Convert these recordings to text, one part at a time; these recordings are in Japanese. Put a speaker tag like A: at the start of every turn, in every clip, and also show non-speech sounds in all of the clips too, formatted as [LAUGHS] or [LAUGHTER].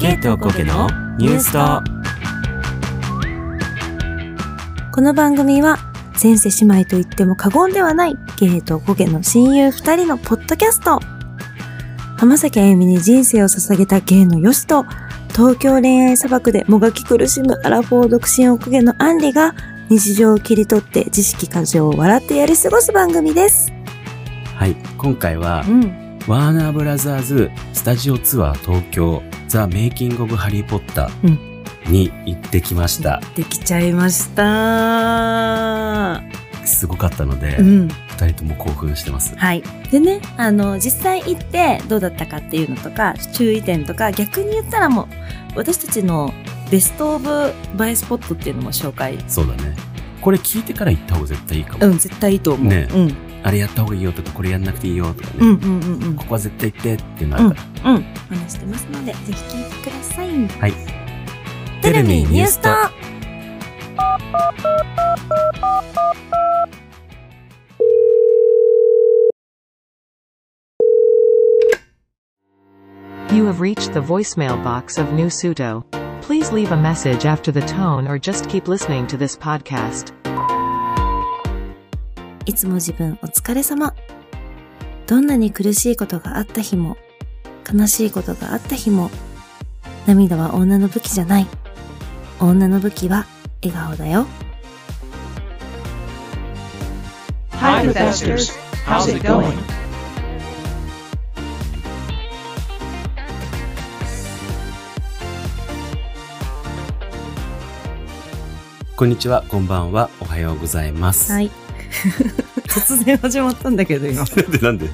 A: ケイトコケのニュースと
B: この番組は前世姉妹と言っても過言ではないゲイとゴゲの親友二人のポッドキャスト浜崎あゆみに人生を捧げたゲイのヨシと東京恋愛砂漠でもがき苦しむアラフォー独身おこげのアンリが日常を切り取って知識過剰を笑ってやり過ごす番組です。
A: はい今回は
B: うん。
A: ワーナーブラザーズスタジオツアー東京ザ・メイキング・オブ・ハリー・ポッタ
B: う
A: ーに行ってきました、
B: できちゃいました。
A: すごかったので、
B: ん。
A: 二人とも興奮してます
B: はい。でね、あの、実際行ってどうだったかっていうのとか、注意点とか、逆に言ったらもう、私たちのベストオブ映えスポットっていうのも紹介。
A: そうだねこれ聞いてから行った方が絶対いいかも、
B: うん、絶対いいと思う。
A: ね
B: うん。
A: あれやった方がいいよとかこれやんなくていいよとかね、
B: うんうんうんうん
A: こ。こは絶対行ってっていうのあるから、
B: うん。話してますので、ぜひ聞いてください。
A: はい。
B: テレビニュースと。
C: You have reached the voicemail box of New Suto. Please leave a message after the tone or just keep listening to this podcast.
B: いつも自分お疲れ様。どんなに苦しいことがあった日も、悲しいことがあった日も、涙は女の武器じゃない。女の武器は笑顔だよ。
D: Hi, investors. How's it going?
A: こんにちはこんばんはおはようございます、
B: い。突然始まったんだけど今。
A: なん [LAUGHS] でなんで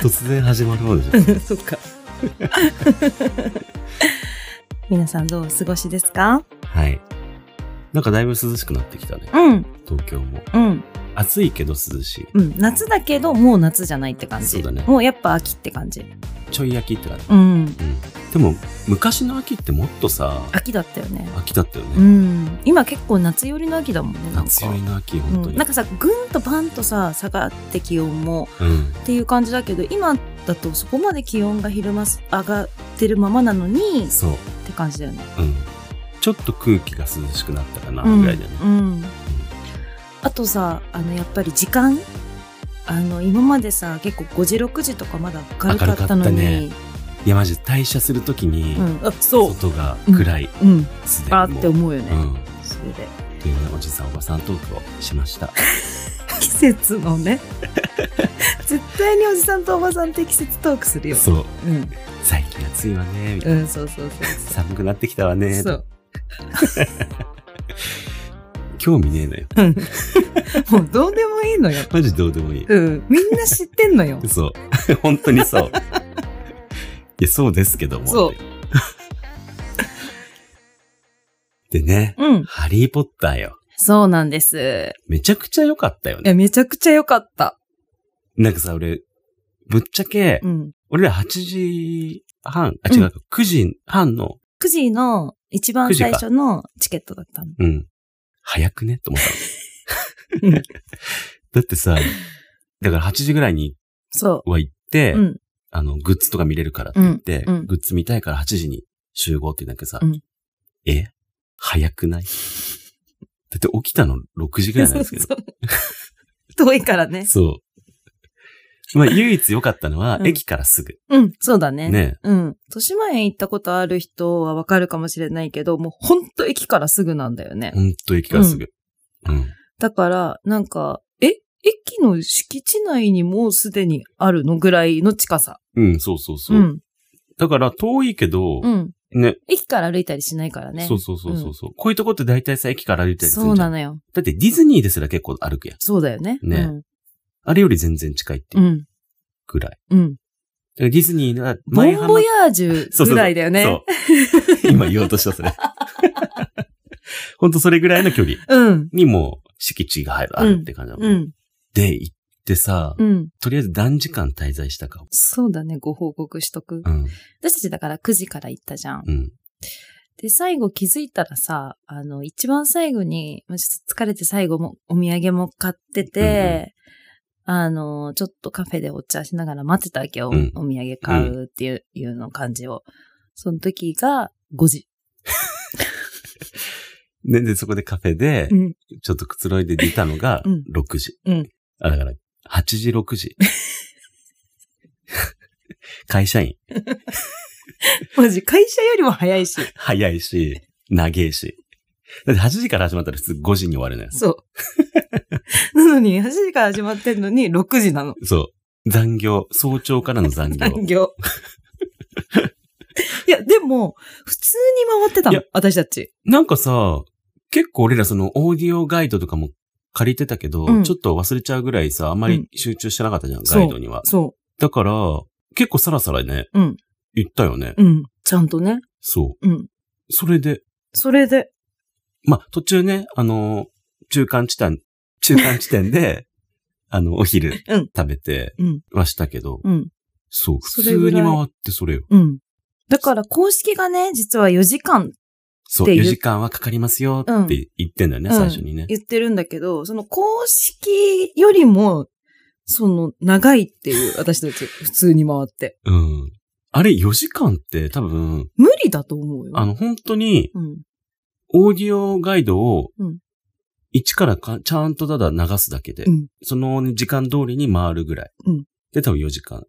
A: 突然始まるものでしょ
B: [LAUGHS] そっ [LAUGHS] か。皆さんどうお過ごしですか
A: はいなんかだいぶ涼しくなってきたね
B: うん、
A: 東京も
B: うん、
A: 暑いけど涼しい
B: うん。夏だけど、もう夏じゃないって感じ。
A: そうだね
B: もうやっぱ秋って感じ。
A: ちょい秋って感じ、
B: うん。
A: うん、でも昔の秋ってもっとさ
B: 秋だったよね。
A: 秋だったよ
B: う
A: ね、
B: ん。今結構夏寄りの秋だもんね。なんか
A: 夏寄りの秋本当
B: うん
A: に
B: なんかさぐんとパンとさ下がって気温も
A: うん
B: っていう感じだけど今だとそこまで気温が昼間す上がってるままなのにっ
A: そう
B: て感じだよね。
A: うんちょっと空気が涼しくなったかな
B: うん
A: ぐらいだよね、
B: うんあとさあのやっぱり時間あの今までさ結構5時6時とかまだ明るかったのに
A: 明るかいやマジ退社するときに、
B: うん、あそ
A: 外が暗い、
B: う、うん、
A: すで
B: あ
A: に
B: ー
A: も
B: って
A: う、
B: 思うよね、
A: うん、
B: それで [LAUGHS]
A: というねおじさんおばさんトークをしました
B: 季節のね [LAUGHS] 絶対におじさんとおばさんって季節トークするよ、
A: そう
B: うん、
A: 最近暑いわねみたいな、
B: うん、そうそうそうそう
A: 寒くなってきたわね
B: そう。
A: 興味ねえのよ
B: もうどうでもいいのよ。
A: マジどうでもいい、
B: うん。みんな知ってんの
A: [LAUGHS]
B: よ。
A: そう本当にそういやそうですけども
B: そう
A: [LAUGHS] でね
B: うん。
A: ハリーポッターよ。
B: そうなんです。
A: めちゃくちゃ良かったよ
B: い
A: ね。
B: や、めちゃくちゃ良かった。
A: なんかさ、俺、ぶっちゃけ、
B: うん。
A: 俺ら8時半、あ、違う、
B: うん
A: 9時半の、
B: 9時の一番
A: 9時か
B: 最初のチケットだったの。
A: うん。早くねと思った
B: う
A: の
B: ん。
A: [LAUGHS] だってさ、だから8時ぐらいに
B: そ
A: は行って、
B: う。うん。
A: あの、グッズとか見れるからって言って、
B: うんうん
A: グッズ見たいから8時に集合ってなんかさ、
B: うん
A: え早くないだって起きたの6時ぐらいなんですけど。
B: [LAUGHS] そうそう遠いから
A: [LAUGHS]
B: ね。
A: そう。まあ、唯一良かったのは、
B: うん
A: 駅からすぐ。
B: うん。そうだね。
A: ね。
B: うん。豊島園行ったことある人はわかるかもしれないけど、もうほんと駅からすぐなんだよね。
A: ほんと駅からすぐ。うん。
B: だから、なんか、え駅の敷地内にもうすでにあるのぐらいの近さ。
A: うん、そうそうそう。
B: うん。
A: だから、遠いけど、
B: うん。
A: ね
B: 駅から歩いたりしないからね。
A: そうそうそうそうそう、こういうとこって大体さ、駅から歩いたりする
B: そ
A: じゃん
B: うなのよ。
A: だってディズニーですら結構歩くやん。
B: そうだよね。
A: ねあれより全然近いって
B: う。
A: いうんぐらい。
B: うん。うん。
A: だからディズニーが
B: ボ
A: 前
B: ンボ
A: 浜
B: ヤージュぐらいだよね。
A: そうう。今言おうとしたそれ。 [LAUGHS] ほんとそれぐらいの距離
B: ん。
A: にもう敷地が入る、あるって感じだもんね、
B: うん。
A: で、行ってさ、
B: うん。
A: とりあえず何時間滞在したか。
B: そうだね。ご報告しとく。
A: うん。
B: 私たちだから9時から行ったじゃん。
A: うん。
B: で、最後気づいたらさ、あの、一番最後に、まあちょっと疲れて最後もお土産も買ってて、あの、ちょっとカフェでお茶しながら待ってたわけよ。
A: うん
B: お土産買うっていう,、いうの感じを。その時が5時。
A: ね、で、そこでカフェで
B: う、ん。
A: ちょっとくつろいで出たのが
B: うん
A: 6時。
B: うん
A: あ、だから、8時、6時。会社員、
B: マジ、会社よりも早い [LAUGHS] し。
A: 早いし、長いし。だって8時から始まったら普通5時に終わるのよ。
B: そう。なのに、8時から始まってんのに6時なの。
A: そう。残業、早朝からの残業。
B: 残業。いや、でも、普通に回ってた
A: い
B: の
A: や、
B: 私たち。
A: なんかさ、結構俺らそのオーディオガイドとかも借りてたけど、
B: うん
A: ちょっと忘れちゃうぐらいさ、あんま
B: うん
A: り集中してなかったじゃん、
B: そう
A: ガイドには。
B: そ
A: だから、結構さらさらね、
B: うん
A: 言ったよね。
B: う。うん。ちゃんとね。
A: そう。
B: うん。
A: それで、
B: それで、
A: まあ、途中ね、あのー中間地点、中間地点
B: [LAUGHS]
A: で、あの、お昼
B: うん
A: 食べて
B: うん。
A: はしたけど、
B: うん。
A: そう、普
B: それ
A: 通
B: ぐ
A: に
B: らい
A: 回ってそれよ。
B: うん。だから、公式がね、実は4時間
A: そう、
B: って言
A: 4
B: う
A: 時間はかかりますよ
B: うん
A: って言ってんだよね、
B: うん
A: 最初にね。
B: 言ってるんだけど、その公式よりも、その、長いっていう、私たち、 [LAUGHS] 普通に回って。
A: うん。あれ、4時間って多分、
B: 無理だと思うよ。
A: あの、本当に、
B: うん。
A: オーディオガイドを
B: うん、
A: 一からか、ちゃんとただ流すだけで、
B: うん
A: その時間通りに回るぐらい。
B: うん
A: で、多分4時間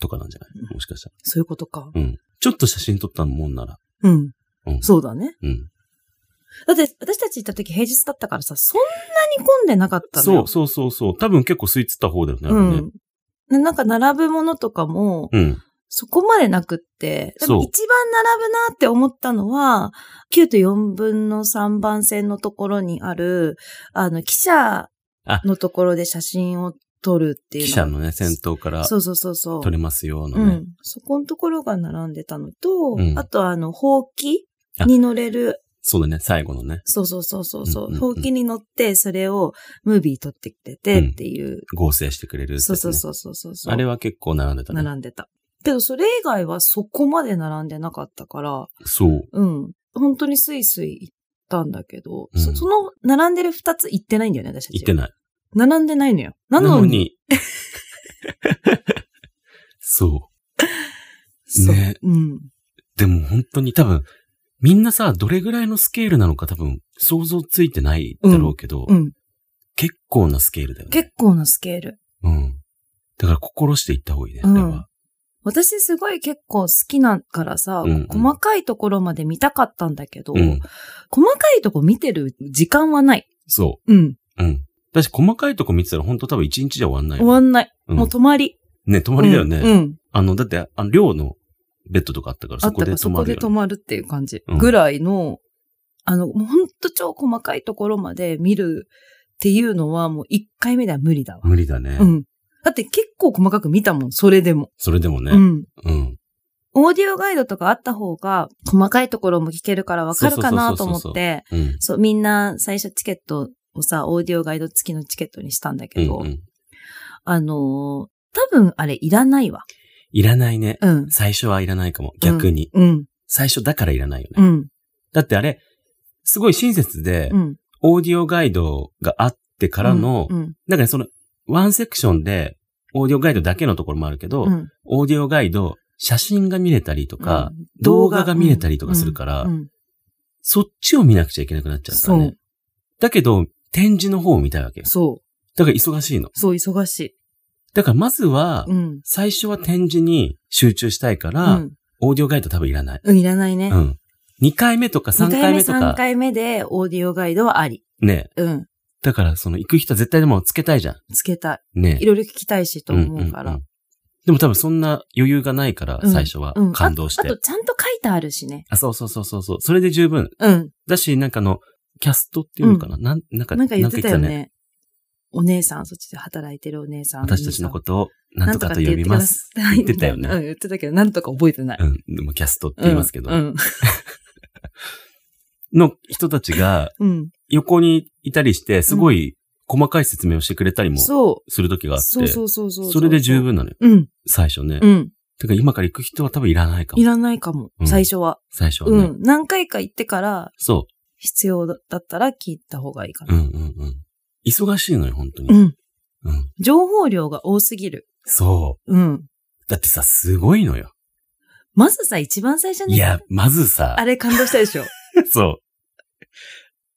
A: とかなんじゃないもしかした
B: そういうことか。
A: ら。うん。ちょっと写真撮ったもんなら。
B: うん。
A: うん。
B: そうだね。
A: うん。
B: だって、私たち行った時平日だったからさ、そんなに混んでなかったの
A: そ
B: よ
A: うそうそうそう。多分結構吸いつった方だよね。あれ
B: う
A: ね
B: ん。でなんか並ぶものとかも、
A: うん。
B: そこまでなくって、でも
A: そう
B: 一番並ぶなって思ったのは、9と4分の3番線のところにある、あの、記者のところで写真を撮るっていう
A: 記
B: の。
A: 者のね、先頭から
B: そうそうそうそう。
A: 撮れますよ、
B: う
A: のね。
B: ん。そこのところが並んでたのと、
A: うん
B: あとあの、ほうき
A: あ
B: に乗れる
A: そうだね、最後のね、
B: そうそうそうそうそう
A: うんうんう。ん
B: ほうきに乗って、それをムービー撮ってくれてっていう。
A: 合成してくれる、。
B: そうそうそううそうそう。
A: あれは結構並んでたね。
B: 並んでた。けど、それ以外はそこまで並んでなかったから、
A: そう。
B: うん。本当にスイスイ行ったんだけど、
A: うん
B: そその並んでる二つ行ってないんだよね、私たち。
A: 行ってない。
B: 並んでないのよ。な
A: な
B: の
A: の
B: に。 [LAUGHS]
A: に。そ
B: そう
A: ね
B: うん。
A: う。でも本当に多分、みんなさ、どれぐらいのスケールなのか多分、想像ついてないだろうけど、
B: うん。
A: 結構なスケールだよね。
B: 結構なスケール。
A: うん。だから心して行った方がいいね、
B: うん
A: あれは。
B: 私すごい結構好きなからさ、
A: うんうん
B: 細かいところまで見たかったんだけど、
A: うん。
B: 細かいとこ見てる時間はない。
A: そ
B: うん。
A: う。うん。私、細かいとこ見てたら本当多分一日じゃ終わんないよ
B: 終
A: ね、
B: わんない。
A: うん
B: もう泊まり。
A: ね、泊まりだよね。
B: うん。うん
A: あの、だって、あの、寮のベッドとかあったから、
B: あ
A: そ
B: った
A: こ
B: か
A: で
B: ら
A: 泊
B: そ
A: ま
B: こ
A: る
B: で
A: よ、
B: 泊
A: ね。
B: まるっていう感じ。
A: うん
B: ぐらいの、あの、もうほんと超細かいところまで見るっていうのはもう一回目では無理だわ。
A: 無理だね、
B: うん。だって結構細かく見たもん、それでも。
A: それでもね。
B: う
A: うん。
B: ん。オーディオガイドとかあった方が、細かいところも聞けるからわかるかなと思
A: そ
B: っ
A: うそうそうそうそ
B: て、
A: うん。
B: そう、みんな最初チケットをさ、オーディオガイド付きのチケットにしたんだ
A: う
B: け
A: ん
B: ど、
A: うん。
B: あのー多分あれいらないわ。
A: いらないね。
B: うん。
A: 最初はいらないかも。逆に。
B: うん。
A: 最初だからいらないよ
B: う
A: ね。
B: ん。
A: だってあれ、すごい親切で、
B: うん。
A: オーディオガイドがあってからの、
B: うんうん
A: なんかねその、ワンセクションで、オーディオガイドだけのところもあるけど、
B: うん
A: オーディオガイド、写真が見れたりとか、
B: うん
A: 動画が見れたりとかするから、
B: うんうん
A: そっちを見なくちゃいけなくなっちゃうか
B: そ
A: ら
B: う
A: ね。。だけど、展示の方を見たいわけよ。
B: そ
A: だから忙しいの。
B: う。そう、忙しい。
A: だからまずは、
B: うん。
A: 最初は展示に集中したいか
B: う
A: ら、
B: ん。
A: オーディオガイド多分いらない。
B: うん、いらないね
A: う。ん。2回目とか
B: 二
A: 3回目と
B: 3
A: か、
B: 回目でオーディオガイドはあり。
A: ね。
B: うん。
A: だからその行く人は絶対でもつけたいじゃ
B: つけた
A: ん。ね
B: い。い。ろいろ聞きたいしと思うか
A: んん
B: ら
A: ん。でも多分そんな余裕がないから、
B: うん
A: 最初は
B: うん
A: 感動し
B: あ
A: て。
B: と、ちゃんと書いてあるしね。
A: あ、そうそうそうそうそう。それで十分。
B: うん。
A: だし、なんかあの、キャストっていうのかな、なんなんか、
B: なんか言ってたよ
A: なん
B: ね。
A: か言って
B: お姉さん、そっちで働いてるお姉さん。
A: 私たちのことを、
B: お
A: な
B: 兄
A: ん
B: さ
A: とかと呼びます。
B: なん
A: 言
B: と
A: っ
B: かっ
A: て
B: て言
A: たよ
B: って
A: ね
B: ます。うん、言ってたけど、なんとか覚えてない。
A: うん。でもキャストって言いますけど。
B: うん。
A: の人たちが、
B: うん。
A: 横にいたりして、すごい細かい説明をしてくれたりもす
B: そ
A: る時があ
B: う。
A: って、
B: そうそうそうそう。
A: それで十。分なのよ、
B: うん。
A: 最初ね。
B: うん。
A: てか今から行く人は多分いらないか
B: い
A: も。
B: らないかも
A: う。ん
B: 最初は。
A: 最初は
B: う
A: ね。
B: ん。何回か行ってから、
A: そ
B: 必要だったら聞いた方がいいか
A: う。う
B: な。
A: んうんうん。忙しいのよ、本当
B: う
A: に。
B: ん。
A: うん。
B: 情報量が多すぎる。
A: そ
B: うん。
A: う。だってさ、すごいのよ。
B: まずさ、一番最初に。
A: いや、まずさ
B: あ、れ感動したでしょ。
A: [LAUGHS] そう。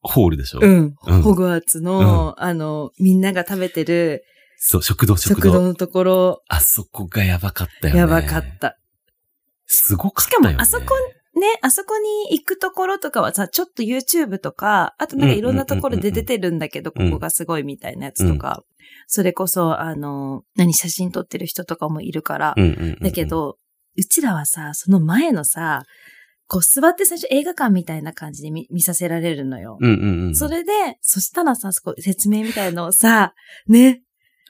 A: ホールでしょ、
B: うん。
A: うん
B: ホグワーツの、あの、みんなが食べてる
A: そう、食堂、食
B: 食
A: 堂。
B: 堂のところ、
A: あそこがやばかったよね。
B: やばかっ。た。
A: すごかっ
B: したか
A: よね。
B: も、あそこ、ね、あそこに行くところとかはさ、ちょっと YouTube とか、あとなんかいろんなところで出てるんだけど、
A: う
B: こ
A: ん
B: こがすごいみたいなやつとか、それこそ、あの、何、写真撮ってる人とかもいるから
A: う、んうんうんうん
B: だけ、ど、うちらはさ、その前のさ、こう座って最初映画館みたいな感じで見見させられるのよ。
A: うんうんうん。
B: それで、そしたらさ、そこ説明みたいのをさ、ね、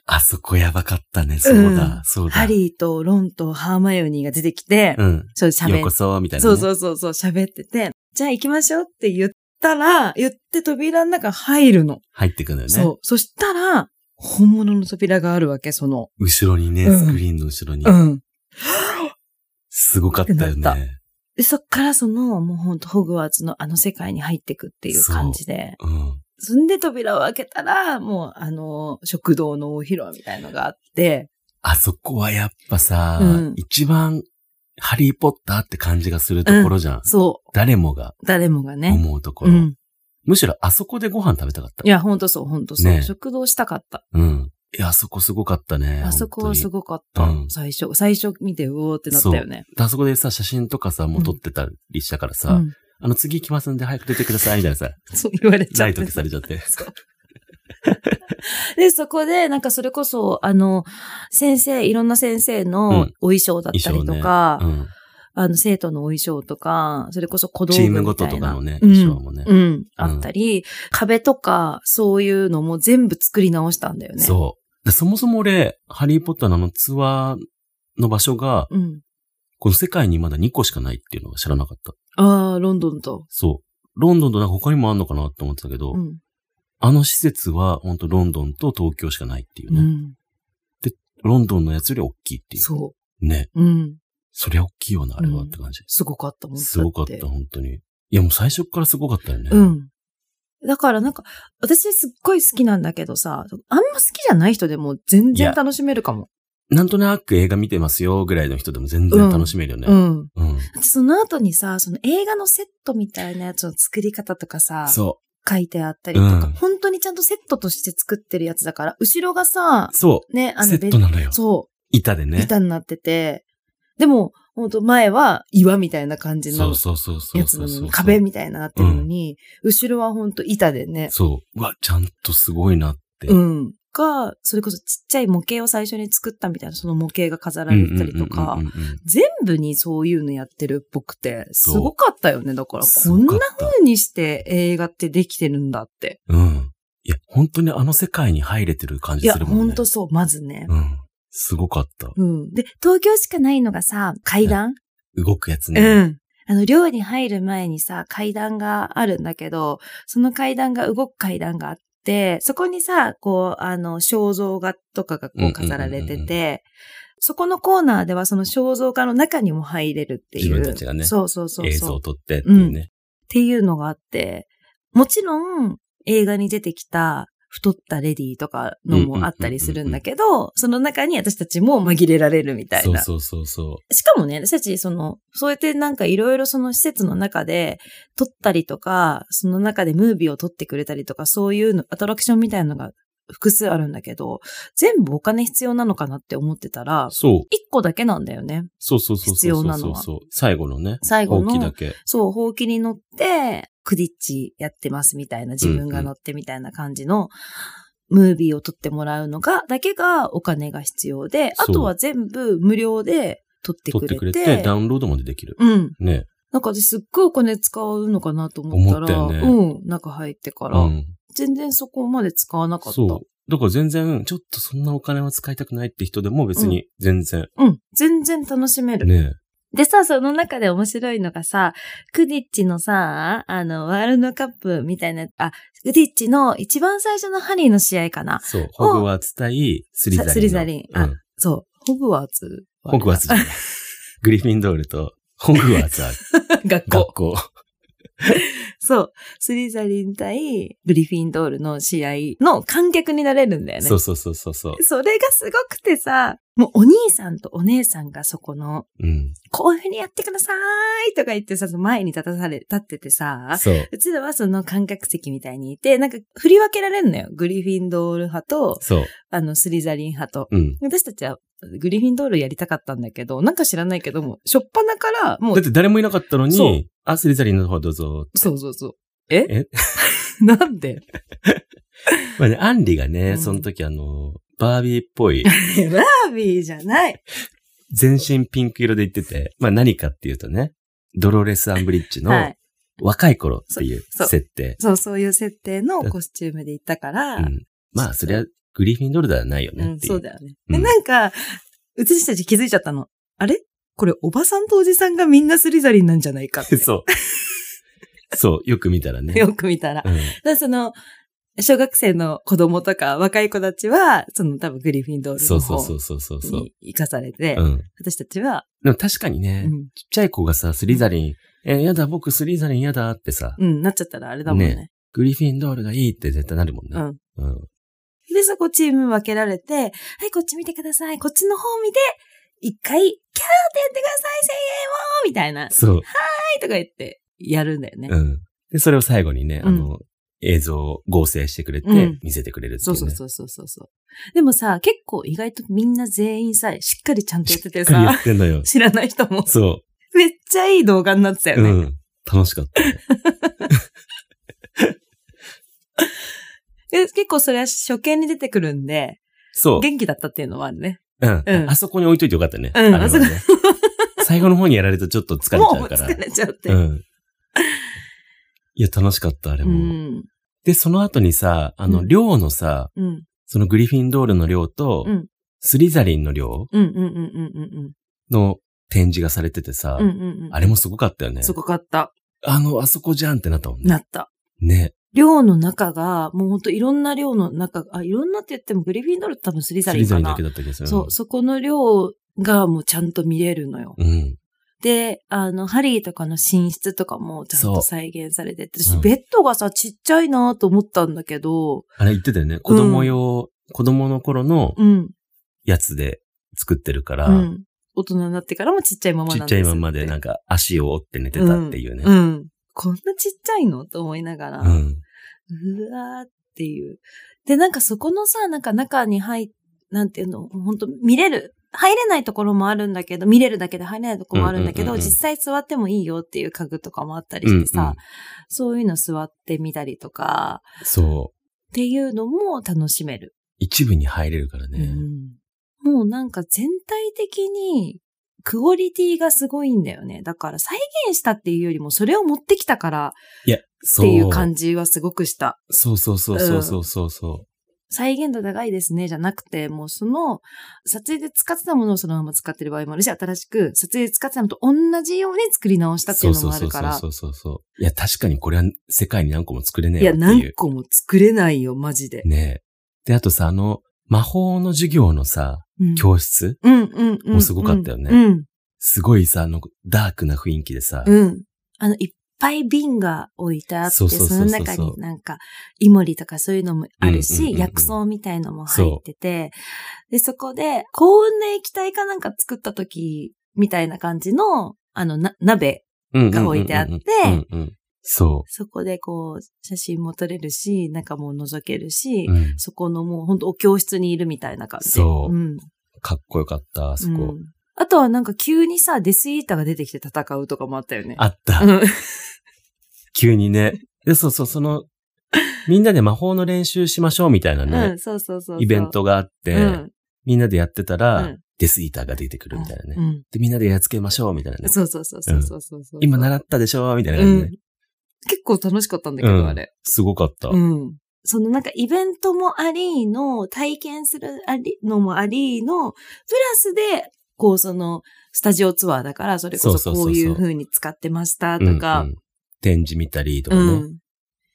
A: あそこやばかったね。そうだ、
B: うん
A: そうだ。
B: ハリーとロンとハーマイオニーが出てきて、
A: うん。
B: そう喋
A: よう
B: っ
A: こそ、みたいな、ね。
B: そうそうそうそう、喋ってて、じゃあ行きましょうって言ったら、言って扉の中入るの。
A: 入ってくんだよね。
B: そう。そしたら、本物の扉があるわけ、その。
A: 後ろにね、
B: うん
A: スクリーンの後ろに。
B: ん。
A: すごかったよ
B: ってなっ
A: ね。
B: で、そっからその、もうほんと、ホグワーツのあの世界に入ってくっていう感じで。
A: うん。
B: そんで扉を開けたら、もう、あの、食堂の大広間みたいのがあって、
A: あそこはやっぱさ、
B: うん
A: 一番、ハリーポッターって感じがするところじゃん。
B: そ
A: 誰もが
B: う、誰もがね。
A: 思うとこ
B: う
A: ろ。
B: ん。
A: むしろあそこでご飯食べたかった
B: い。や、ほんとそう、ほんとそう。
A: ね
B: 食堂したかった。
A: うん。いや、あそこすごかったね。
B: あそこはす
A: ご
B: ごかった。
A: うん
B: 最初、最初見て、うおーってなったよね。
A: あそこでさ、写真とかさ、もう撮ってたりしたからさ、
B: うん
A: あの、次行きますんで早く出てください、みたいなさ、
B: [LAUGHS] そう言われちゃ
A: ラ
B: っ
A: イ
B: て
A: ト消されちゃって。
B: そう [LAUGHS] で、そこで、なんかそれこそ、あの、先生、いろんな先生
A: うん
B: のお衣装だったりとか、
A: うん。
B: あの、生徒のお衣装とか、それこそ小道具
A: チ
B: みたい
A: ー
B: な
A: ムごととかのね、
B: うん
A: 衣装もね。
B: うん、あったり、壁とか、そういうのも全部作り直したんだよね。
A: そう。でそもそも俺、ハリーポッターのあのツアーの場所が、
B: う。うん。
A: この世界にまだ2個しかないっていうのが知らなかった。
B: ああ、ロンドンと。
A: そう。ロンドンとなんか他にもあんのかなって思ってたけど、
B: うん。
A: あの施設は本当ロンドンと東京しかないっていう
B: う
A: ね。
B: ん。
A: ロンドンのやつより大きいっていう。
B: そ
A: ね。
B: う。うん。
A: そりゃ大きいよな、あれは
B: うん
A: って感じ。
B: すごかったもん
A: すごかっ
B: だ
A: た、本当に。いや、もう最初からすごかったよね。
B: うん。だからなんか、私すっごい好きなんだけどさ、あんま好きじゃない人でも全
A: い
B: 然
A: や
B: 楽しめるかも。
A: なんとなく映画見てますよぐらいの人でも全然楽しめるよね。
B: うん。
A: うん。
B: だってその後にさ、その映画のセットみたいなやつの作り方とかさ、
A: そ
B: 書いてあったりとか、
A: うん
B: 本当にちゃんとセットとして作ってるやつだから、後ろがさ
A: う。、そ
B: ね、
A: う。
B: あ
A: セ
B: の、
A: ットなのよ。
B: そ
A: 板で
B: う、
A: ね。
B: 板になってて、でも、本当前は岩みたいな感じ
A: そ
B: の
A: うそうそうそう。
B: やつなのに、壁みたいななってるの
A: うん
B: に、後ろは本当板でね、
A: そう。うわ、ちゃんとすごいなって。
B: うん。が、それこそちっちゃい模型を最初に作ったみたいな、その模型が飾られてたりとか
A: うん、うんうんうんうん
B: 全部にそういうのやってるっぽくて、す
A: そう
B: ごかったよね。だから、
A: す
B: こ
A: ご
B: ん
A: か
B: な
A: った
B: 風にして映画ってできてるんだって。
A: うん。いや、本当にあの世界に入れてる感
B: い
A: じ
B: や、
A: するもんね。
B: ほんとそう、まずね。
A: うん。すごかった。
B: うん。で、東京しかないのがさ、階段、
A: 動くやつね。
B: ん。あの、寮に入る前にさ、階段があるんだけど、その階段が動く階段があって、そこにさ、こう、あの、肖像画とかがこう飾られて
A: うんうんうん
B: て、そこのコーナーではその肖像画の中にも入れるっていう。
A: 自分たちがね
B: そうそうそうそう。
A: 映像を撮ってっていうね。
B: っていうのがあって、もちろん映画に出てきた太ったレディーとかのもあったりするんだけど、その中に私たちも紛れられるみたい
A: そう
B: な。
A: そうそうそ
B: しかもね、私たち、その、そうやってなんかいろいろその施設の中で撮ったりとか、その中でムービーを撮ってくれたりとか、そういうの、アトラクションみたいなのが複数あるんだけど、全部お金必要なのかなって思ってたら
A: う。、そう。
B: 一個だけなんだよね。
A: そうそうそうそう。
B: 必要なのは
A: そうそう最後のね。
B: 最後
A: 後
B: の
A: 期だけ。
B: そう、ほうきに乗って、クディッチやってますみたいな、自分が乗ってみたいな感じの、ムービーを撮ってもらうのが、だけがお金が必要で、あ
A: そう
B: とは全部無料で撮って
A: 撮っ
B: く
A: て
B: れ
A: く
B: て。
A: れて、ダウンロードまでできる。
B: うん。
A: ね。
B: なんか私すっごいお金使うのかなと思ったら、
A: 思ったよね
B: うん、中入ってから、
A: うん。
B: 全然そこまで使わなかった。う。
A: そう。だから全然、ちょっとそんなお金は使いたくないって人でも別に全然、
B: ん、全然楽しめる。
A: ね。
B: でさ、その中で面白いのがさ、クディッチのさ、あの、ワールドカップみたいな、あ、クディッチの一番最初のハリーの試合かな。
A: そう。ホグワーツ対スリザリンの。
B: スリザリンあ
A: うん。
B: そう、ホグワーツ。[LAUGHS]
A: ホグワーツじゃない。グリフィンドールと、ホグワーツは
B: 学校。
A: 学校。
B: そう。スリザリン対グリフィンドールの試合の観客になれるんだよね。
A: そうそうそうそうそう。
B: それがすごくてさ、もうお兄さんとお姉さんがそこの、
A: うん。
B: こういうふうにやってくださいとか言ってさ、前に立たされ、立っててさ、
A: そう。
B: うちらはその観客席みたいにいて、なんか振り分けられんのよ。グリフィンドール派と、
A: そう。
B: あの、スリザリン派と。
A: うん。
B: 私たちはグリフィンドールやりたかったんだけど、なんか知らないけども、初っ端から、も
A: だ
B: う
A: っ、て誰もいなかったの
B: そう
A: に、あ、スリザリンの方どうぞ。
B: そうそうそう。え [LAUGHS]
A: え
B: なんで
A: まあね、アンリが
B: う
A: ね、
B: ん
A: その時あの、バービーっぽい、
B: バービーじゃない。
A: 全身ピンク色で言ってて、まあ何かっていうとね、ドロレス・アンブリッジ
B: は
A: の
B: い。
A: 若い頃っていう
B: そうそう
A: 設定。
B: そう、そういう設定のコスチュームで行ったから、
A: うん。まあ、そりゃ、グリフィンドルではないよ
B: う
A: ねっ
B: ん、
A: ていう。
B: そうだよね。で、
A: うん
B: なんか、私たち気づいちゃったの。あれこれ、おばさんとおじさんがみんなスリザリンなんじゃないか
A: [LAUGHS]
B: って。 [LAUGHS]
A: そう。そう、よく見たらね。
B: よく見たら。だか
A: うん、
B: らその、小学生の子供とか若い子たちは、その多分グリフィンドール
A: そ
B: の
A: うそう
B: 方
A: そうそうそうそう。
B: に生かされて、
A: うん。
B: 私たちは、
A: でも確かにね、
B: うん、
A: ちっちゃい子がさ、スリザリン、えーやだ、僕スリザリンやだってさ、
B: うん、なっちゃったらあれだもんね。
A: ねグリフィンドールがいいって絶対なるもん
B: う
A: ね。
B: ん。
A: うん。
B: で、そこチーム分けられて、はい、こっち見てください。こっちの方見て、一回、キャーってやってください、声援をみたいな、はい
A: そう。
B: とか言って、やるんだよね。
A: うん。で、それを最後にね、
B: うん
A: あの、映像を合成してくれて
B: うん、
A: 見せてくれるっていう、
B: そう
A: ね
B: そうそうそうそうそう。でもさ、結構意外とみんな全員さ、しっかりちゃんとやってて
A: しっかりや
B: さ、。
A: ってんのよ
B: 知らない人も、 [LAUGHS]
A: そ
B: めっちゃいい動画になってた
A: う。
B: よね。
A: うん。楽しかったね。
B: で結構それは初見に出てくるんで、
A: そう。
B: 元気だったっていうのはあるね。
A: うん
B: うん
A: あそこに置いといてよかったね。
B: うん
A: あれはね最後の方にやられるとちょっと疲れち
B: も
A: ゃ
B: う
A: うから。
B: 疲れちゃって。
A: うん。いや、楽しかった、あれ
B: う
A: も。
B: ん。
A: で、その後にさ、あ
B: う
A: の、
B: ん
A: 寮のさ、
B: うん。
A: そのグリフィンドールの寮と、
B: うん
A: スリザリンの寮
B: うん。うん。うん。うん。
A: の展示がされててさ、
B: うん。うん。うん。
A: あれもすごかったよね。
B: すごかった。
A: あの、あそこじゃんってなったもん
B: な
A: ね。
B: った。
A: ね。
B: 寮の中が、もうほんといろんな寮の中、あ、いろんなって言ってもグリフィンドールって多分スリザ
A: ス
B: リ
A: リ
B: ン
A: ザ
B: か
A: リンだ
B: な
A: け。だった気がする。
B: そう、そこの寮がもうちゃんと見れるのよ。
A: うん。
B: で、あの、ハリーとかの寝室とかもちゃん
A: そ
B: と
A: う
B: 再現されてて、
A: ん
B: 私、ベッドがさ、ちっちゃいなと思ったんだけど、
A: あれ言ってたよね。子供用、子供の頃の
B: うん、
A: やつで作ってるから、
B: うん。大人になってからもちっちゃいまま
A: ちっ
B: なん
A: ちゃ
B: です
A: いままでなんか足を折って寝てたっていうね。
B: うん。うんこんなちっちゃいのと思いながら、う
A: うん。
B: わーっていう。で、なんかそこのさ、なんか中に入っ、なんていうの、本当見れる。入れないところもあるんだけど、見れるだけで入れないところもあるんだけど、
A: うんうんうんうん
B: 実際座ってもいいよっていう家具とかもあったりしてさ、
A: うんうん
B: そういうの座ってみたりとか、
A: そう。
B: っていうのも楽しめる。
A: 一部に入れるからね。
B: うん、もうなんか全体的にクオリティがすごいんだよね。だから再現したっていうよりもそれを持ってきたから
A: いや、
B: っ
A: そう。
B: ていう感じはすごくした。
A: そうそうそうそうそうそうそ
B: 再現度高いですねじゃなくて、もうその撮影で使ってたものをそのまま使ってる場合もあるし、新しく撮影で使ってたのと同じように作り直し
A: う。
B: たってい
A: そうう
B: の
A: そう
B: もあ
A: そ
B: る
A: う
B: か
A: そう
B: ら
A: そ。うそうそう。いや、確かにこれは世界に何個も作れね
B: い
A: えよ
B: や、
A: っていう。
B: 何個も作れないよ、マジで。
A: ねえ。で、あとさ、あの、魔法の授業のさ、
B: うん
A: 教室、
B: うんうんうんうん。
A: もすごかったよね
B: うん。
A: すごいさ、あの、ダークな雰囲気でさ、
B: うん。あの、いっぱい瓶が置いてあって、
A: そ
B: そう
A: そうそうそ
B: の
A: う
B: 中になんか、イモリとかそういうのもある
A: うんうんうん
B: し、
A: うん
B: 薬草みたいのも入ってて、で、そこで、幸運の液体かなんか作った時みたいな感じの、あの、な、鍋
A: うん
B: が置いてあって、
A: うんうん、そ
B: そこでこう、写真も撮れるし、中も覗けるし、
A: う、うん。
B: そこのもう本当お教室にいるみたいな感じ。
A: そうんかっこよかった、あそこ。
B: うんあとはなんか急にさ、デスイーターが出てきて戦うとかもあったよね。
A: あった。
B: うん
A: 急にね。で、そうそう、その、みんなで魔法の練習しましょうみたいな
B: う
A: [LAUGHS] ね
B: ん、、そうそうそうそう。
A: イベントがあって、
B: うん
A: みんなでやってた
B: う
A: ら、
B: ん
A: デスイーターが出てくるみたいなね。
B: うん
A: で、みんなでやっつけましょうみたいなね。
B: そうそうそうそうそうそうそう。
A: 今
B: っ
A: 習ったでしょみたい
B: た
A: な感じね。
B: 結構楽しかったんだけど、
A: うん
B: あれ。
A: すごかった。
B: うん。そのなんかイベントもありの、体験するありのもありの、プラスで、こうその、スタジオツアーだから、それこ
A: そ
B: そう
A: そうそうそう
B: こういう風に使ってました
A: うん
B: とか
A: う、ん展示見たりと
B: う
A: かね、
B: ん。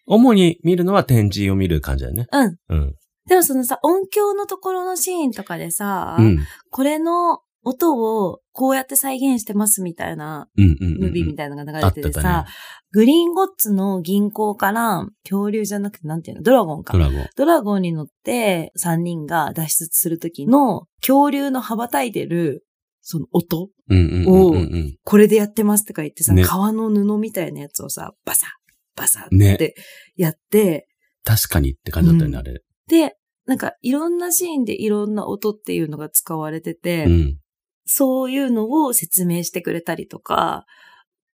A: 主に見るのは展示を見る感じだよね。
B: うん。
A: うん。
B: でもそのさ、音響のところのシーンとかでさ
A: う、ん。
B: これの音をこうやって再現してますみたいな
A: うんうんうんうん。
B: ムービーみたいなのが流れてて
A: あ
B: さ
A: っ、
B: グリーンゴッツの銀行から恐竜じゃなくてなんていうのドラゴンか
A: ド。ラゴン。
B: ドラゴンに乗って3人が脱出するときの恐竜の羽ばたいてるその音
A: うんうんうんうんうん。
B: これでやってますとか言ってさ、
A: ね
B: 革の布みたいなやつをさ、バサッ、バサッ
A: ね
B: ってやって、
A: 確かにって感じだったよね、あれ。
B: で、なんかいろんなシーンでいろんな音っていうのが使われてて、
A: うん。
B: そういうのを説明してくれたりとか、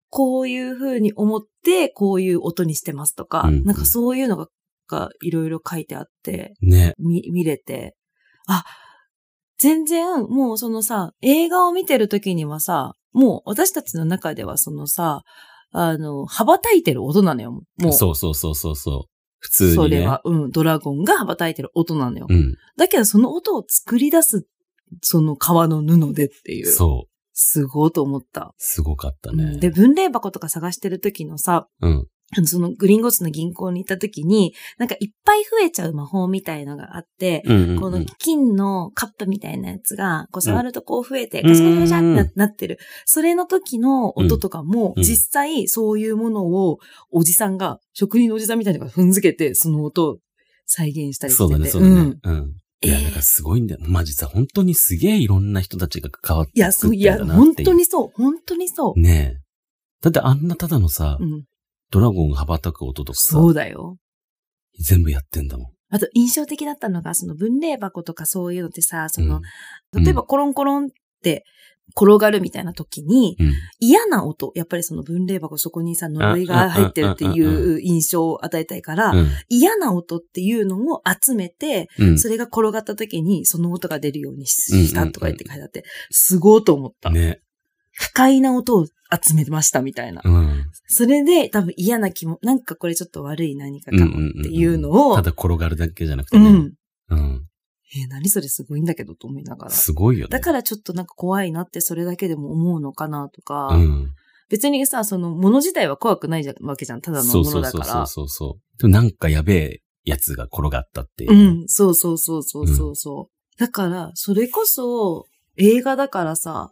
B: こういう風に思って、こういう音にしてますとか、
A: うんうん
B: なんかそういうのが、がいろいろ書いてあって、
A: ね。
B: 見、見れて、あ、全然、もうそのさ、映画を見てる時にはさ、もう私たちの中ではそのさ、あの、羽ばたいてる音なのよ。もう、
A: そうそうそうそうそう。普通に、ね。
B: それは、うん、ドラゴンが羽ばたいてる音なのよ。
A: うん。
B: だけどその音を作り出す、その革の布でっていう。
A: そう。
B: すごいと思った。
A: すごかった
B: う
A: ね
B: ん。で、文礼箱とか探してる時のさ、
A: うん。
B: あのそのグリンゴッツの銀行に行った時に、なんかいっぱい増えちゃう魔法みたいのがあって、
A: うんうんうん。
B: この金のカップみたいなやつが、こう触るとこう増えて、
A: うん
B: ガシャガシャガシャって
A: う
B: なんなってる。それの時の音とかも、
A: うん
B: 実際そういうものをおじさんが、職人のおじさんみたいなのが踏んづけて、その音を再現したりしてて。
A: そうだね、そうだね
B: ん。
A: うん。い
B: え
A: や、
B: ー
A: なんかすごいんだよ。まあ実は本当にすげえいろんな人たちが関わって
B: いや、そう、いや、本当。にそう、本当にそう。
A: ねえ。だってあんなただのさ、
B: うん、
A: ドラゴンが羽ばたく音とかさ、
B: そうだよ。
A: 全部やってんだもん。
B: あと印象的だったのが、その分霊箱とかそういうのってさ、その、
A: うん
B: 例えばコロンコロンって転がるみたいな時に、
A: うん。
B: 嫌な音、やっぱりその分霊箱そこにさ、呪いが入ってるってい
A: あああああ
B: う印象を与えたいから、
A: うん。
B: 嫌な音っていうのを集めて、
A: うん。
B: それが転がった時にその音が出るようにしたとか言って書いてあって、すごいと思った。
A: ね。
B: 不快な音を集めましたみたいな。
A: うん。
B: それで多分嫌な気も、なんかこれちょっと悪い何かかもっていうのを、
A: ただ転がるだけじゃなくて
B: う
A: ね。
B: ん。
A: うん。
B: えー何それすごいんだけどと思いながら。
A: すごいよね。
B: だからちょっとなんか怖いなってそれだけでも思うのかなとか、
A: うん。
B: 別にさ、その物自体は怖くないじゃわけじゃん。ただの
A: そう
B: もの
A: そう
B: だ
A: そう
B: か
A: そ
B: ら
A: う。そうそう。でもなんかやべえやつが転がったっていう
B: ん、
A: う。
B: そうそうそうそうそうそう。だから、それこそ映画だからさ、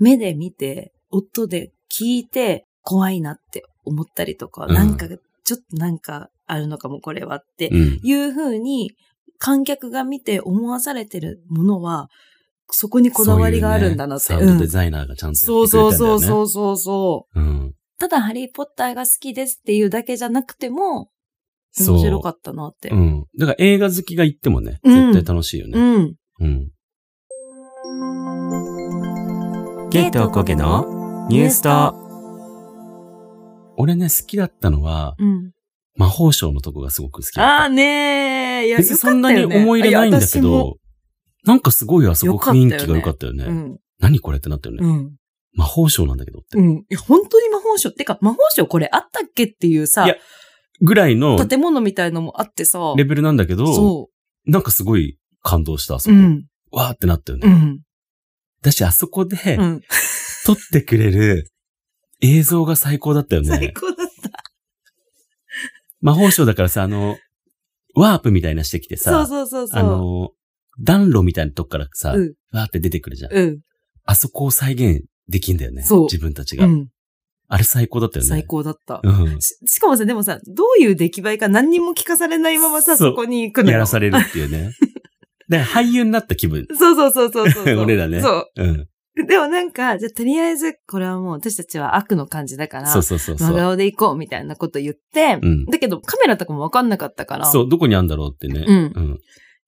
B: 目で見て、音で聞いて怖いなって思ったりとか、
A: うん
B: なんか、ちょっとなんかあるのかもこれはって
A: うん。
B: いうふうに観客が見て思わされてるものは、そこにこだわりがあるんだなって。
A: そういうねサウンド
B: う
A: デ
B: ん
A: ザイナーがちゃんと
B: そ
A: や
B: う
A: ってくれ
B: そう
A: たんだ
B: そ
A: よ
B: う
A: ね。
B: そうそうそう。
A: うん。
B: ただハリーポッターが好きですっていうだけじゃなくても、
A: そう。
B: 面白かったなって。
A: うん。だから映画好きが行ってもね、
B: うん
A: 絶対楽しいよね。
B: うん。
A: うん。
B: ゲートコケのニュースと。
A: 俺ね、好きだったのは、
B: うん。
A: 魔法省のとこがすごく好きだ
B: あ
A: っ
B: あねえ。い
A: た。
B: や、
A: 別にそんなに
B: よかったよね
A: 思い入れないんだけ。
B: や私も
A: ど、なんかすごいあそ
B: よ
A: こ
B: かったよ
A: 雰
B: ね
A: 囲気が良かったよね。
B: うん。
A: 何これってなったよね。
B: うん。
A: 魔法省なんだけどって。
B: うん。いや、本当に魔法省ってか、魔法省これあったっけっていうさ
A: い、やぐらいの
B: 建物みたいのもあってさ、
A: レベルなんだけど、
B: そ。
A: なんかすごい感動した、あそうこ
B: う。ん。
A: わーってなったよ
B: う
A: ね。
B: ん。
A: だし、あそこで
B: うん。
A: 撮ってくれる映像が最高だった
B: [LAUGHS]
A: よ
B: 最
A: ね。
B: 高だった。
A: 魔法省だからさ、あの、ワープみたいなしてきてさ、
B: そうそうそうそう。
A: あの、暖炉みたいなとこからさ、
B: うん。
A: わーって出てくるじゃん。
B: うん。
A: あそこを再現できんだよね。
B: そう
A: 自分たちが。
B: うん。
A: あれ最高だったよね。
B: 最。高だった。
A: うん。
B: ししかもさ、でもさ、どういう出来栄えか何にも聞かされないままさ、
A: そう
B: そこに行くのよ。
A: やらされるってい
B: [LAUGHS]
A: うね。だから俳優になった気分。
B: そうそうそうそうそうそう。
A: [LAUGHS] 俺らね
B: そ
A: うん。
B: う。でもなんか、じゃあとりあえず、これはもう私たちは悪の感じだから、
A: そうそうそうそ
B: 真
A: う。
B: 顔で行こうみたいなこと言って、
A: うん
B: だけどカメラとかもわかんなかったから、
A: そう、どこにあんだろうってね。
B: うん
A: うん。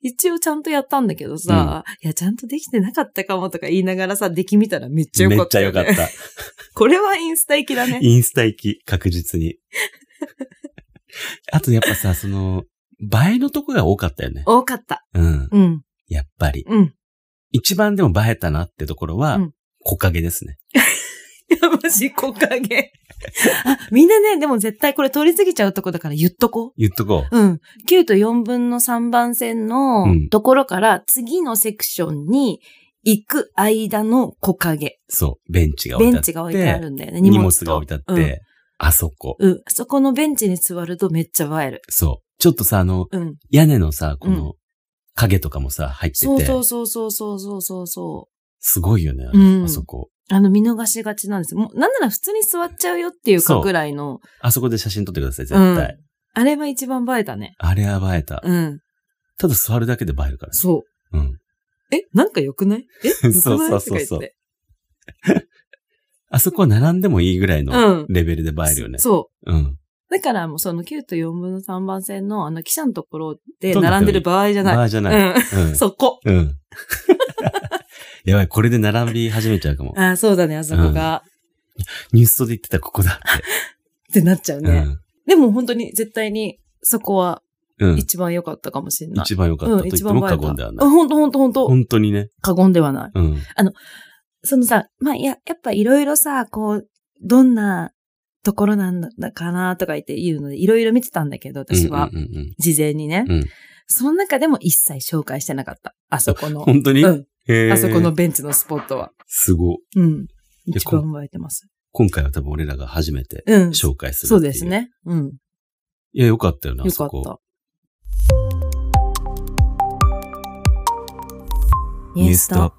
B: 一応ちゃんとやったんだけどさ、いや、ちゃんとできてなかったかもとか言いながらさ、出来見たらめっちゃ
A: め
B: よかっ
A: っち
B: た
A: ゃ
B: よ、
A: 良
B: ね。
A: かった。
B: これはインスタ行きだね。
A: [LAUGHS] インスタ行き、確実に。 [LAUGHS] あとやっぱさ、その、映えのとこが多かったよね。
B: 多かった。
A: うん。
B: うん、
A: やっぱり。
B: うん。
A: 一番でも映えたなってところは、
B: うん
A: 木陰ですね。
B: いやばし、木陰。あ、みんなね、でも絶対これ通り過ぎちゃうとこだから言っとこう。
A: 言っとこう。
B: うん。9と4分の3番線の
A: うん
B: ところから次のセクションに行く間の木陰。
A: そう。ベンチが置
B: ベ
A: いてあ
B: ン
A: って。
B: チが置いてあるんだよね。
A: 荷
B: 荷物
A: 物
B: と
A: が置いてあって、あそこ。
B: うん。うん。そこのベンチに座るとめっちゃ映える。
A: そう。ちょっとさ、あの、
B: うん。
A: 屋根のさ、こ
B: う
A: の、影とかもさ、入ってて。
B: そうそうそうそうそうそうそう。
A: すごいよね、あれ
B: うん
A: あそこ。
B: あの、見逃しがちなんですよ。もう、なんなら普通に座っちゃうよっていうか
A: そう
B: ぐらいの、
A: あそこで写真撮ってください、絶
B: うん
A: 対。
B: あれは一番映えたね。
A: あれは映えた。
B: うん。
A: ただ座るだけで映えるからね。
B: そう。
A: うん。
B: え、なんか良くないえ、良くない
A: [LAUGHS] そうそうそうそう
B: とか言って
A: あそこは並んでもいいぐらいの
B: うん
A: レベルで映えるよね。
B: そ
A: うん。
B: う。だから、もうその9と4分の3番線のあの記者のところで
A: どんな
B: 並んでる場合じゃ
A: ま
B: ない。
A: あじゃない。うん
B: うん。。そこ。
A: うん。 [LAUGHS] やばい、これで並び始めちゃうかも。
B: ああ、そうだね、あそこが。
A: ニュースとで言ってたここだっ
B: ってなっちゃう
A: て。
B: ね。でも本当に絶対に、そこは
A: うん。うん。
B: 一番良かったかもしれない。
A: 一番良かったと言っても過言ではない。
B: 本当本当本当
A: 本当にね。
B: 過言ではない。
A: うん。
B: そのさ、まあ、や、やっぱいろいろさ、こう、どんなところなんだかなとか言って言うので、いろいろ見てたんだけど、私は
A: う。んうんうん
B: 事前にね。
A: うん。うん
B: その中でも一切紹介してなかった。あそこの。
A: 本当に
B: うん
A: へー
B: あそこの。ベンチのスポットは。
A: すごい。
B: うん。
A: で
B: 一番覚えてます。
A: 今回は多分俺らが初めて
B: うん。
A: 紹介する。
B: そうです。ね。うん。
A: いや、よかったよな、あ
B: よか
A: そ
B: っ
A: こ。
B: た。イエスと。。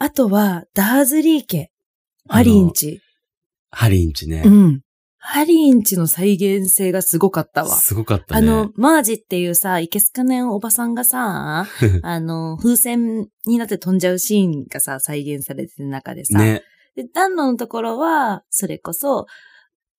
B: あとは、ダーズリー家。ハリーンチ。
A: ハリンチね
B: う。ん。ハリーンチの再現性がすごかったわ。
A: すごかった
B: あ
A: ね。
B: の、マージっていうさ、いけすかねんおばさんが
A: [LAUGHS]
B: さ、あの、風船になって飛んじゃうシーンがさ、再現されてる中でさ、
A: ね。
B: で、暖炉のところは、それこそ、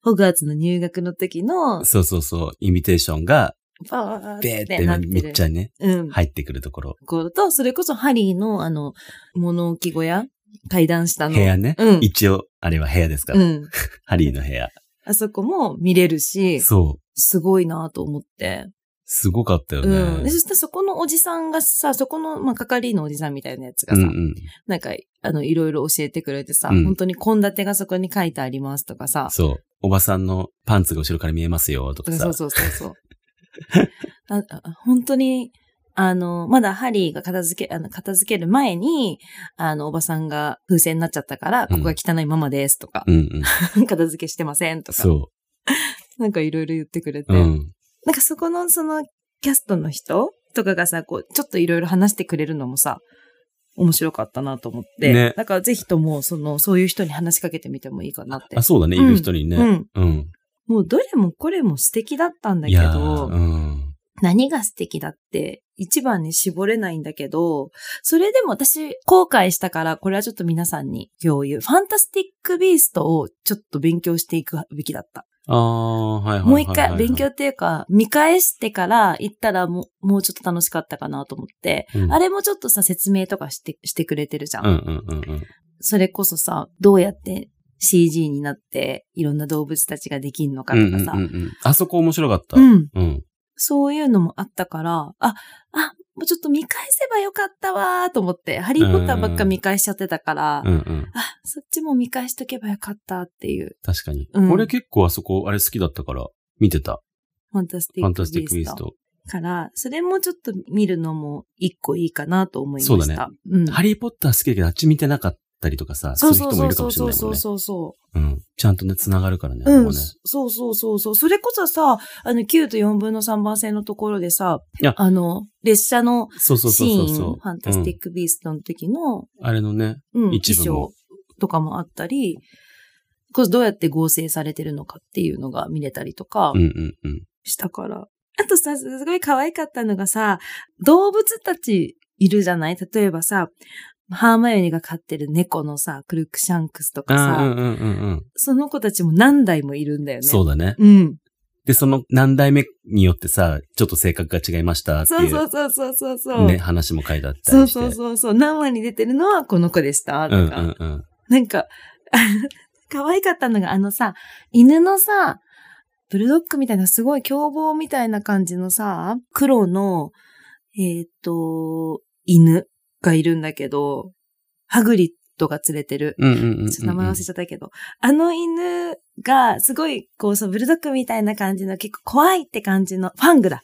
B: ホグワーツの入学の時の、
A: そうそうそう。イミテーションが、
B: バーっ
A: べーって
B: なって
A: て
B: る。
A: めっちゃね、
B: うん。
A: 入ってくるところ。
B: ところと、それこそハリーの、あの、物置小屋階段下の。
A: 部屋ね
B: うん。
A: 一応、あれは部屋ですか
B: う
A: ら。
B: ん。
A: ハリーの部屋。
B: あそこも見れるし、
A: そう。
B: すごいなと思って。
A: すごかったよ
B: うん。で、
A: ね
B: そ。したらそこのおじさんがさ、そこの、まあ、係のおじさんみたいなやつが
A: う
B: さ、
A: んうん。
B: なんか、あの、いろいろ教えてくれてさ、
A: うん
B: 本当に献立がそこに書いてありますとかさ、
A: そう。おばさんのパンツが後ろから見えますよ、とか
B: そ
A: さ
B: う。そうそうそう。 [LAUGHS] ああ本当に、あの、まだハリーが片付け、あの、片付ける前に、あの、おばさんが風船になっちゃったから、
A: う
B: こ
A: ん
B: こが汚いままですとか、 [LAUGHS]
A: うんうん。
B: 片付けしてませんとか、
A: そ
B: なんかいろいろ言ってくれて、
A: う。うん。
B: なんかそこの、その、キャストの人とかがさ、こう、ちょっといろいろ話してくれるのもさ、面白かったなと思って。
A: ね
B: だからぜひとも、その、そういう人に話しかけてみてもいいかなって
A: あ、。そうだね。いる人に
B: う
A: ね。
B: ん。
A: うん。
B: もうどれもこれも素敵だったんだ
A: い
B: け
A: やー
B: ど、
A: うん。
B: 何が素敵だって一番に絞れないんだけど、それでも私後悔したから、これはちょっと皆さんに共有。ファンタスティックビーストをちょっと勉強していくべきだった。
A: ああ、はいはいはいはい。
B: もう一回勉強っていうか、見返してから行ったらもうもうちょっと楽しかったかなと思って、
A: うん。
B: あれもちょっとさ説明とかして、してくれてるじゃ
A: うんうんうんうん。
B: それこそさ、どうやって CG になって、いろんな動物たちができんのか
A: う
B: と
A: んう
B: か
A: ん
B: さ
A: う。んうん。あそこ面白かった
B: う。ん。
A: うん。
B: そういうのもあったから、あ、あ、もうちょっと見返せばよかったわーと思って、ハリーポッターばっか見返しちゃってたから、
A: うんうん。
B: あ、そっちも見返しとけばよかったっていう、
A: 確かに。
B: うん
A: 俺結構あそこ、あれ好きだったから、見てた。
B: ファンタスティ
A: ファン
B: ック
A: タスティック・ウ
B: ビ
A: ィ
B: ー
A: ス
B: スト。
A: ト。
B: から、それもちょっと見るのも一個いいかなと思いました。
A: そうだね
B: うん。
A: ハリー・ポッター好きだけど、あっち見てなかったりとかさ、そういう人もいるかもしれないも
B: そ
A: ん
B: う
A: ね。
B: そうそう。
A: うん。ちゃんとね、繋がるからね。あれ
B: う
A: も
B: ん、
A: ね
B: そうそうそうそう。それこそさ、あの、9と4分の3番線のところでさ
A: いや、
B: あの、列車の
A: そうそう
B: シ
A: そうそう
B: ーン、
A: そう。
B: ファンタスティックビーストの時の、
A: うんあれのね、
B: うん、衣
A: 一部も
B: 装とかもあったり、こそどうやって合成されてるのかっていうのが見れたりとか
A: うんうんうん。
B: したから。あとさ、すごい可愛かったのがさ、動物たちいるじゃない例えばさ、ハーマヨニーが飼ってる猫のさ、クルックシャンクスとか
A: あ
B: さ、
A: あ、うんうんうんうん。
B: その子たちも何台もいるんだよね。
A: そうだね。
B: うん。
A: で、その何代目によってさ、ちょっと性格が違いましたって
B: そう
A: い
B: そううそうそうそうそう。
A: ね、話も書いてあった
B: そ
A: り
B: う
A: して。
B: そうそうそう。何話に出てるのはこの子でしたと
A: うんう
B: か。
A: んうん。
B: なんか、 [LAUGHS] 可愛かったのがあのさ、犬のさ、ブルドッグみたいなすごい凶暴みたいな感じのさ、黒の、えっ、と、犬がいるんだけど、ハグリッドが連れてる。
A: うんうんうんうんうん。
B: ちょっと名前忘れちゃったけど、あの犬がすごいこうそう、ブルドッグみたいな感じの結構怖いって感じの、ファングだ。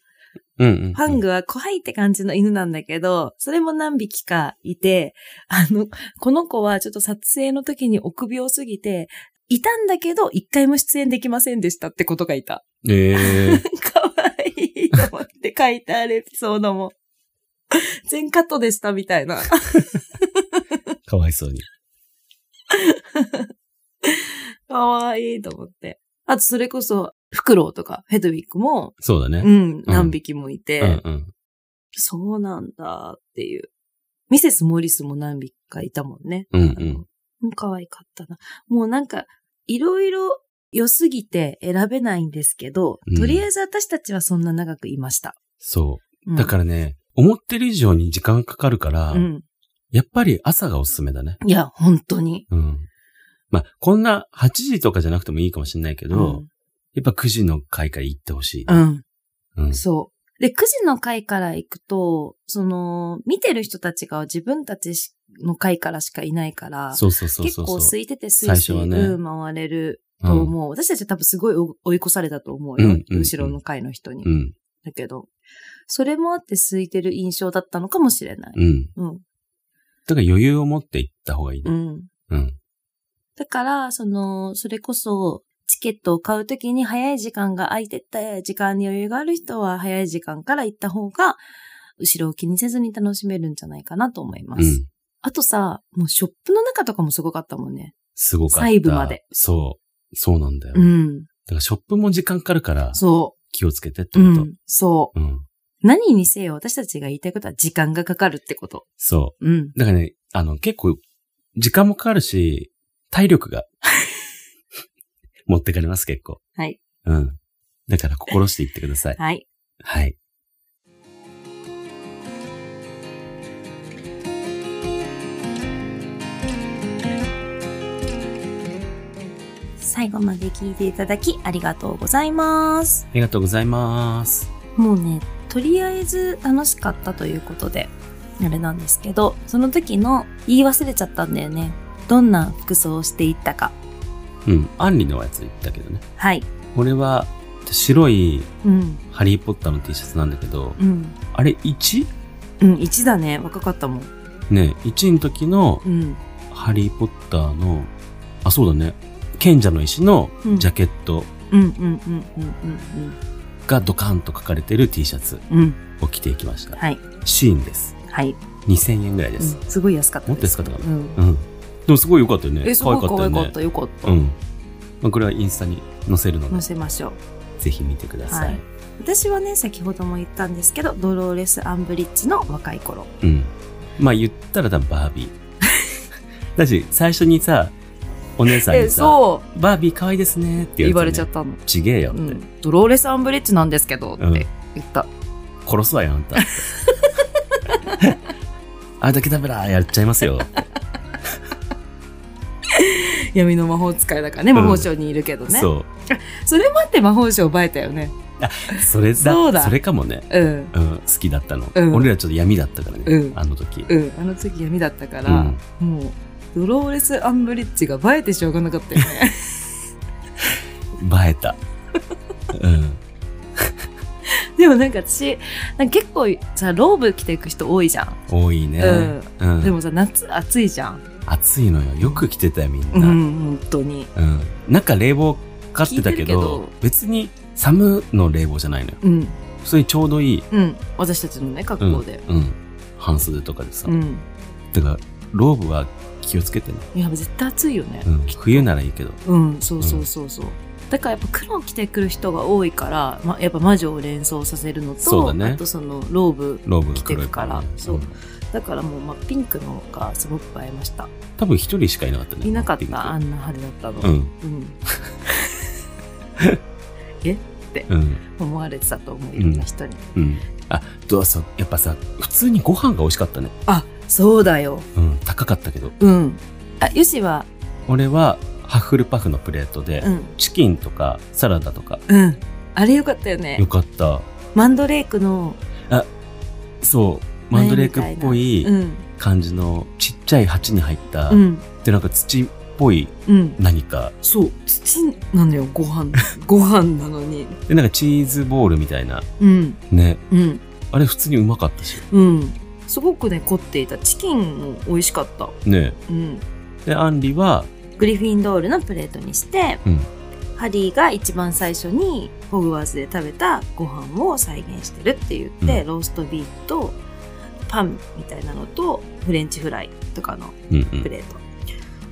A: うんうんうん。
B: ファングは怖いって感じの犬なんだけど、それも何匹かいて、あの、この子はちょっと撮影の時に臆病すぎて、いたんだけど、一回も出演できませんでしたってことがいた。 [LAUGHS]
A: ええ。
B: かわいいと思って [LAUGHS] 書いてあるエピソードも。全カットでしたみたいな。
A: かわいそうに。
B: かわいいと思って。あと、それこそ、フクロウとか、ヘドウィックも、
A: そうだ
B: う
A: ね。
B: ん、何匹もいて、
A: うんうん。
B: そうなんだっていう。ミセス・モリスも何匹かいたもんね。
A: うんう
B: あの
A: ん。
B: もう可愛かったな。もうなんか、いろいろ良すぎて選べないんですけど、
A: うん
B: とりあえず私たちはそんな長くいました。
A: そうう。
B: ん
A: だからね、思ってる以上に時間かかるから、
B: うん。
A: やっぱり朝がおすすめだね。
B: いや、本当に。
A: うん。まあ、こんな8時とかじゃなくてもいいかもしれないけど、やっぱ9時の回から行ってほしい。
B: うん。うん
A: うん。
B: そう。で、9時の回から行くと、その、見てる人たちが自分たちしの回からしかいないから、
A: そうそうそう
B: 結
A: そう。
B: 構
A: そう
B: 空いててスイ
A: 最
B: ス
A: 初
B: イ、
A: はね
B: うん回れる
A: う
B: と
A: ん
B: 思う。私たちは多分すごい追追い越されたと思うよ。
A: うんうんうん
B: 後ろの回の人に。
A: うん。
B: だけど、それもあって空いてる印象だったのかもしれない。
A: うん。
B: うん。
A: だから余裕を持って行った方がいいね。
B: うん。
A: うん。
B: だから、その、それこそ、チケットを買うときに早い時間が空いてて、時間に余裕がある人は早い時間から行った方が、後ろを気にせずに楽しめるんじゃないかなと思います。
A: うん。
B: あとさ、もうショップの中とかもすごかったもんね。
A: すごかった。
B: 細部まで。
A: そう。そうなんだよ。
B: う
A: だ
B: ん。
A: からショップも時間かかるから、
B: そ
A: 気をつけてって
B: う。う
A: こと
B: ん。。そ
A: うん。
B: う。何にせよ、私たちが言いたいことは時間がかかるってこと。
A: そ
B: うん。
A: う。だからね、あの、結構、時間もかかるし、体
B: [LAUGHS]
A: 力が、持ってかれます、結構。
B: はい。
A: うん。だから心していってください。
B: はい。
A: はい。
B: 最後まで聞いていただきありがとうございます。
A: ありがとうございます。
B: もうね、とりあえず楽しかったということで、あれなんですけど、その時の言い忘れちゃったんだよね。どんな服装をしていったか。
A: うん。アンリのやつ言ったけどね。
B: はい。
A: 俺は、白い
B: うん、
A: ハリーポッターの T シャツなんだけど、
B: うん。
A: あれ 1?
B: うん、1だね。若かったもん。
A: ね、1の時の
B: うん。
A: ハリーポッターの、あ、そうだね。賢者の石の
B: うん
A: ジャケット
B: うん、うん、うん、うん、
A: がドカンと書かれてる T シャツ
B: うん、うん。
A: を着ていきました。
B: はい。
A: シーンです。
B: はい。
A: 2000円ぐらいで
B: うん
A: す。
B: すごい安かった
A: もっと安かったか
B: う。
A: なんうん。でもすごい良かったよね。
B: え、すごい可愛か
A: よ
B: っ
A: ね
B: た。。よかった。
A: うん。まあ、これはインスタに載せるの
B: 載
A: で、
B: せましょう。
A: ぜひ見てください。
B: はい私はね、先ほども言ったんですけど、ドローレス・アンブリッジの若い頃。
A: うん。まあ言ったら多分バービ
B: [LAUGHS]
A: ー。だし、最初にさ、お姉さん
B: え、
A: にさ、
B: そう
A: バービー可愛いですねって
B: 言われちゃ
A: っ
B: ったの。
A: た。ちげえよって。
B: うん、ドローレス・アンブリッジなんですけど
A: うん
B: って言った、
A: 殺すわよ、あんた。
B: [LAUGHS]
A: あれだけ食べらやっちゃいますよ。
B: 闇の魔法使いだからね
A: ん
B: 魔法省にいるけ [LAUGHS] どね、
A: そ
B: それもあって魔法省映えたよね
A: う。それだ、
B: そうだ
A: れかもね。
B: うん
A: うん、好きだったの、
B: うん
A: 俺らちょっと闇だったからね、
B: うん
A: あの時。
B: うんあの時闇だったから、もうドローレス・アンブリッジが映えてしょうがなかったよね [LAUGHS]
A: 映えた。うん。
B: でもなんか私なんか結構さローブ着ていく人多いじゃん、
A: 多いね。うん。
B: うん、でもさ夏暑いじゃん
A: 暑いのよ。よく来てたよ、み
B: うんん
A: な。
B: 本当に
A: うん。中冷房かってた
B: 効
A: けど、
B: いてるけ
A: 別に寒の冷房じゃないのよ。
B: うん
A: 普通にちょうどいい、
B: うん私たちのね
A: うん
B: 格好で
A: うん、半袖とかでさ。
B: うん、
A: だから、ローブは気をつけてね。
B: いや絶対暑いよね、
A: うん、冬ならいいけど。
B: うん、そうそうそうそう。だからやっぱ黒を着てくる人が多いから、ま、やっぱ魔女を連想させるの
A: そう
B: と、
A: だね
B: あとそのローブ。
A: ローブが
B: 着て
A: 黒い
B: くから
A: ね
B: そうんだからもう、ま、ピンクのがすごく映えました。
A: 多分一人しかいなかったね。
B: いなかっ
A: ピンク
B: た、あんな春だったの。
A: う。ん、
B: うん、
A: うん、
B: 思われてたと思う、いろんな人に。
A: うん。あ、どうそう、やっぱさ、普通にご飯が美味しかったね。
B: あ、そうだよ。
A: うん、高かったけど。
B: うん。あ、よしは、
A: 俺は、ハッフルパフのプレートで、
B: うん、
A: チキンとかサラダとか、
B: うん。あれよかったよね
A: よ。かった。
B: マンドレークの、
A: そう、マンドレークっぽい
B: うん、
A: 感じのちっちゃい鉢に入った、
B: うん、
A: で、なんか土っぽい
B: うん。
A: 何か、
B: そう、土なのよ、ご飯。ご飯なのに。
A: で、なんかチーズボールみたいな、
B: うん、
A: ね。
B: うん。
A: あれ普通にうまかったし。
B: うん。すごくね、凝っていた。チキンも美味しかった。
A: ね
B: うん。
A: で、アンリは、
B: グリフィンドールのプレートにして、
A: うん
B: ハリーが一番最初にホグワーツで食べたご飯を再現してるって言って、
A: うん
B: ローストビーフとパンみたいなのと、フレンチフライとかの
A: うん
B: プレート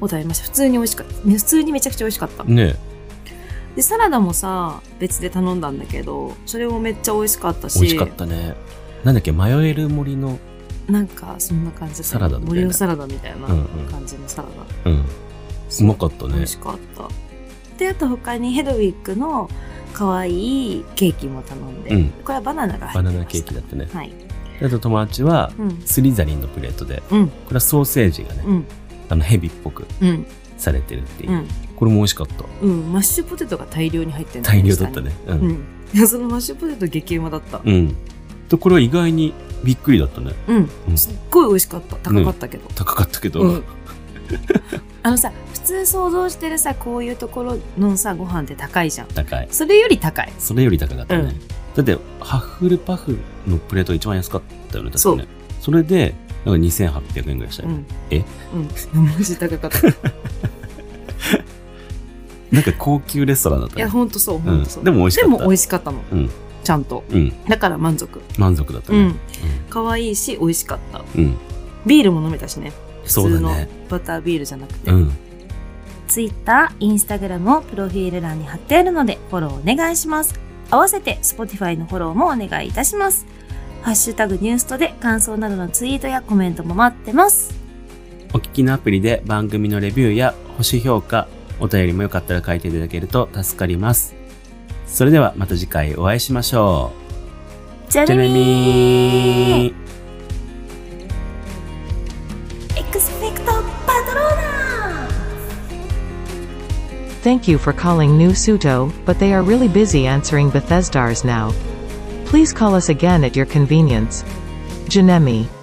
B: を食べました。普通に美味しかった。ね普通にめちゃくちゃ美味しかった
A: うん。。ね
B: で、サラダもさ、別で頼んだんだけど、それもめっちゃ美味しかったし、
A: 美味しかったね。なんだっけ、迷える森の、
B: なんかそんな感じだった
A: サラダみたいな
B: 森のサラダみたいな
A: うんうん
B: 感じのサラダ。
A: うん。うまかった
B: 美
A: ね
B: 味。しかった。で、あと他にヘドウィックの可愛いケーキも頼んで、
A: うん
B: これはバナナが入
A: バ
B: ってま
A: ナ
B: した。
A: ナケーキだったね。
B: はい。
A: あと友達は、
B: うん。
A: スリザリンのプレートで、
B: うん
A: これはソーセージがね、
B: うん。
A: あの、ヘビっぽく
B: うん。
A: されてるっていう。
B: うん。
A: これも美味しかった。
B: うん。マッシュポテトが大量に入ってる
A: 大量だった。ね。う。
B: 下にうんん。いや、そのマッシュポテト激うまだった。
A: うん。と、これは意外にびっくりだったね。
B: うん。
A: うん
B: すっごい美味しかった。高かったけど。
A: 高かったけど、
B: うん。 [LAUGHS] あのさ、普通想像してるさ、こういうところのさ、ご飯って高いじゃん。
A: 高い。
B: それより高い。
A: それより高かったね。
B: うん
A: だって、ハッフルパフのプレートが一番安かったよね、
B: そ
A: 確
B: う
A: かね。それで、なんか2800円ぐらいした
B: う
A: よね。
B: ん。
A: え
B: うん。マジ高かった。い
A: なんか高級レストランだった
B: や、
A: ね。
B: ほんとそう、ほんとそう。
A: でも美味しか
B: で
A: った。
B: も美味しかったの。
A: うん
B: ちゃんと。
A: うん。
B: だから満足。
A: 満足だった
B: う
A: ね
B: ん。。可愛いし、美味しかった。
A: うん。うん。
B: ビールも飲めたしね。普
A: そう
B: 通の
A: だね。
B: バタービールじゃなくて。
A: うん。
B: Twitter、Instagram をプロフィール欄に貼ってあるのでフォローお願いします。合わせて Spotify のフォローもお願いいたします。ハッシュタグニュースとで感想などのツイートやコメントも待ってます。
A: お聞きのアプリで番組のレビューや星評価、お便りもよかったら書いていただけると助かります。それではまた次回お会いしましょう。
B: じゃ
A: じゃ
B: ね
A: あね
B: みー
A: みー
B: エクスペクトパトローナー
C: Thank you for calling New Suto, but they are really busy answering Bethesdars now. Please call us again at your convenience. Janemi.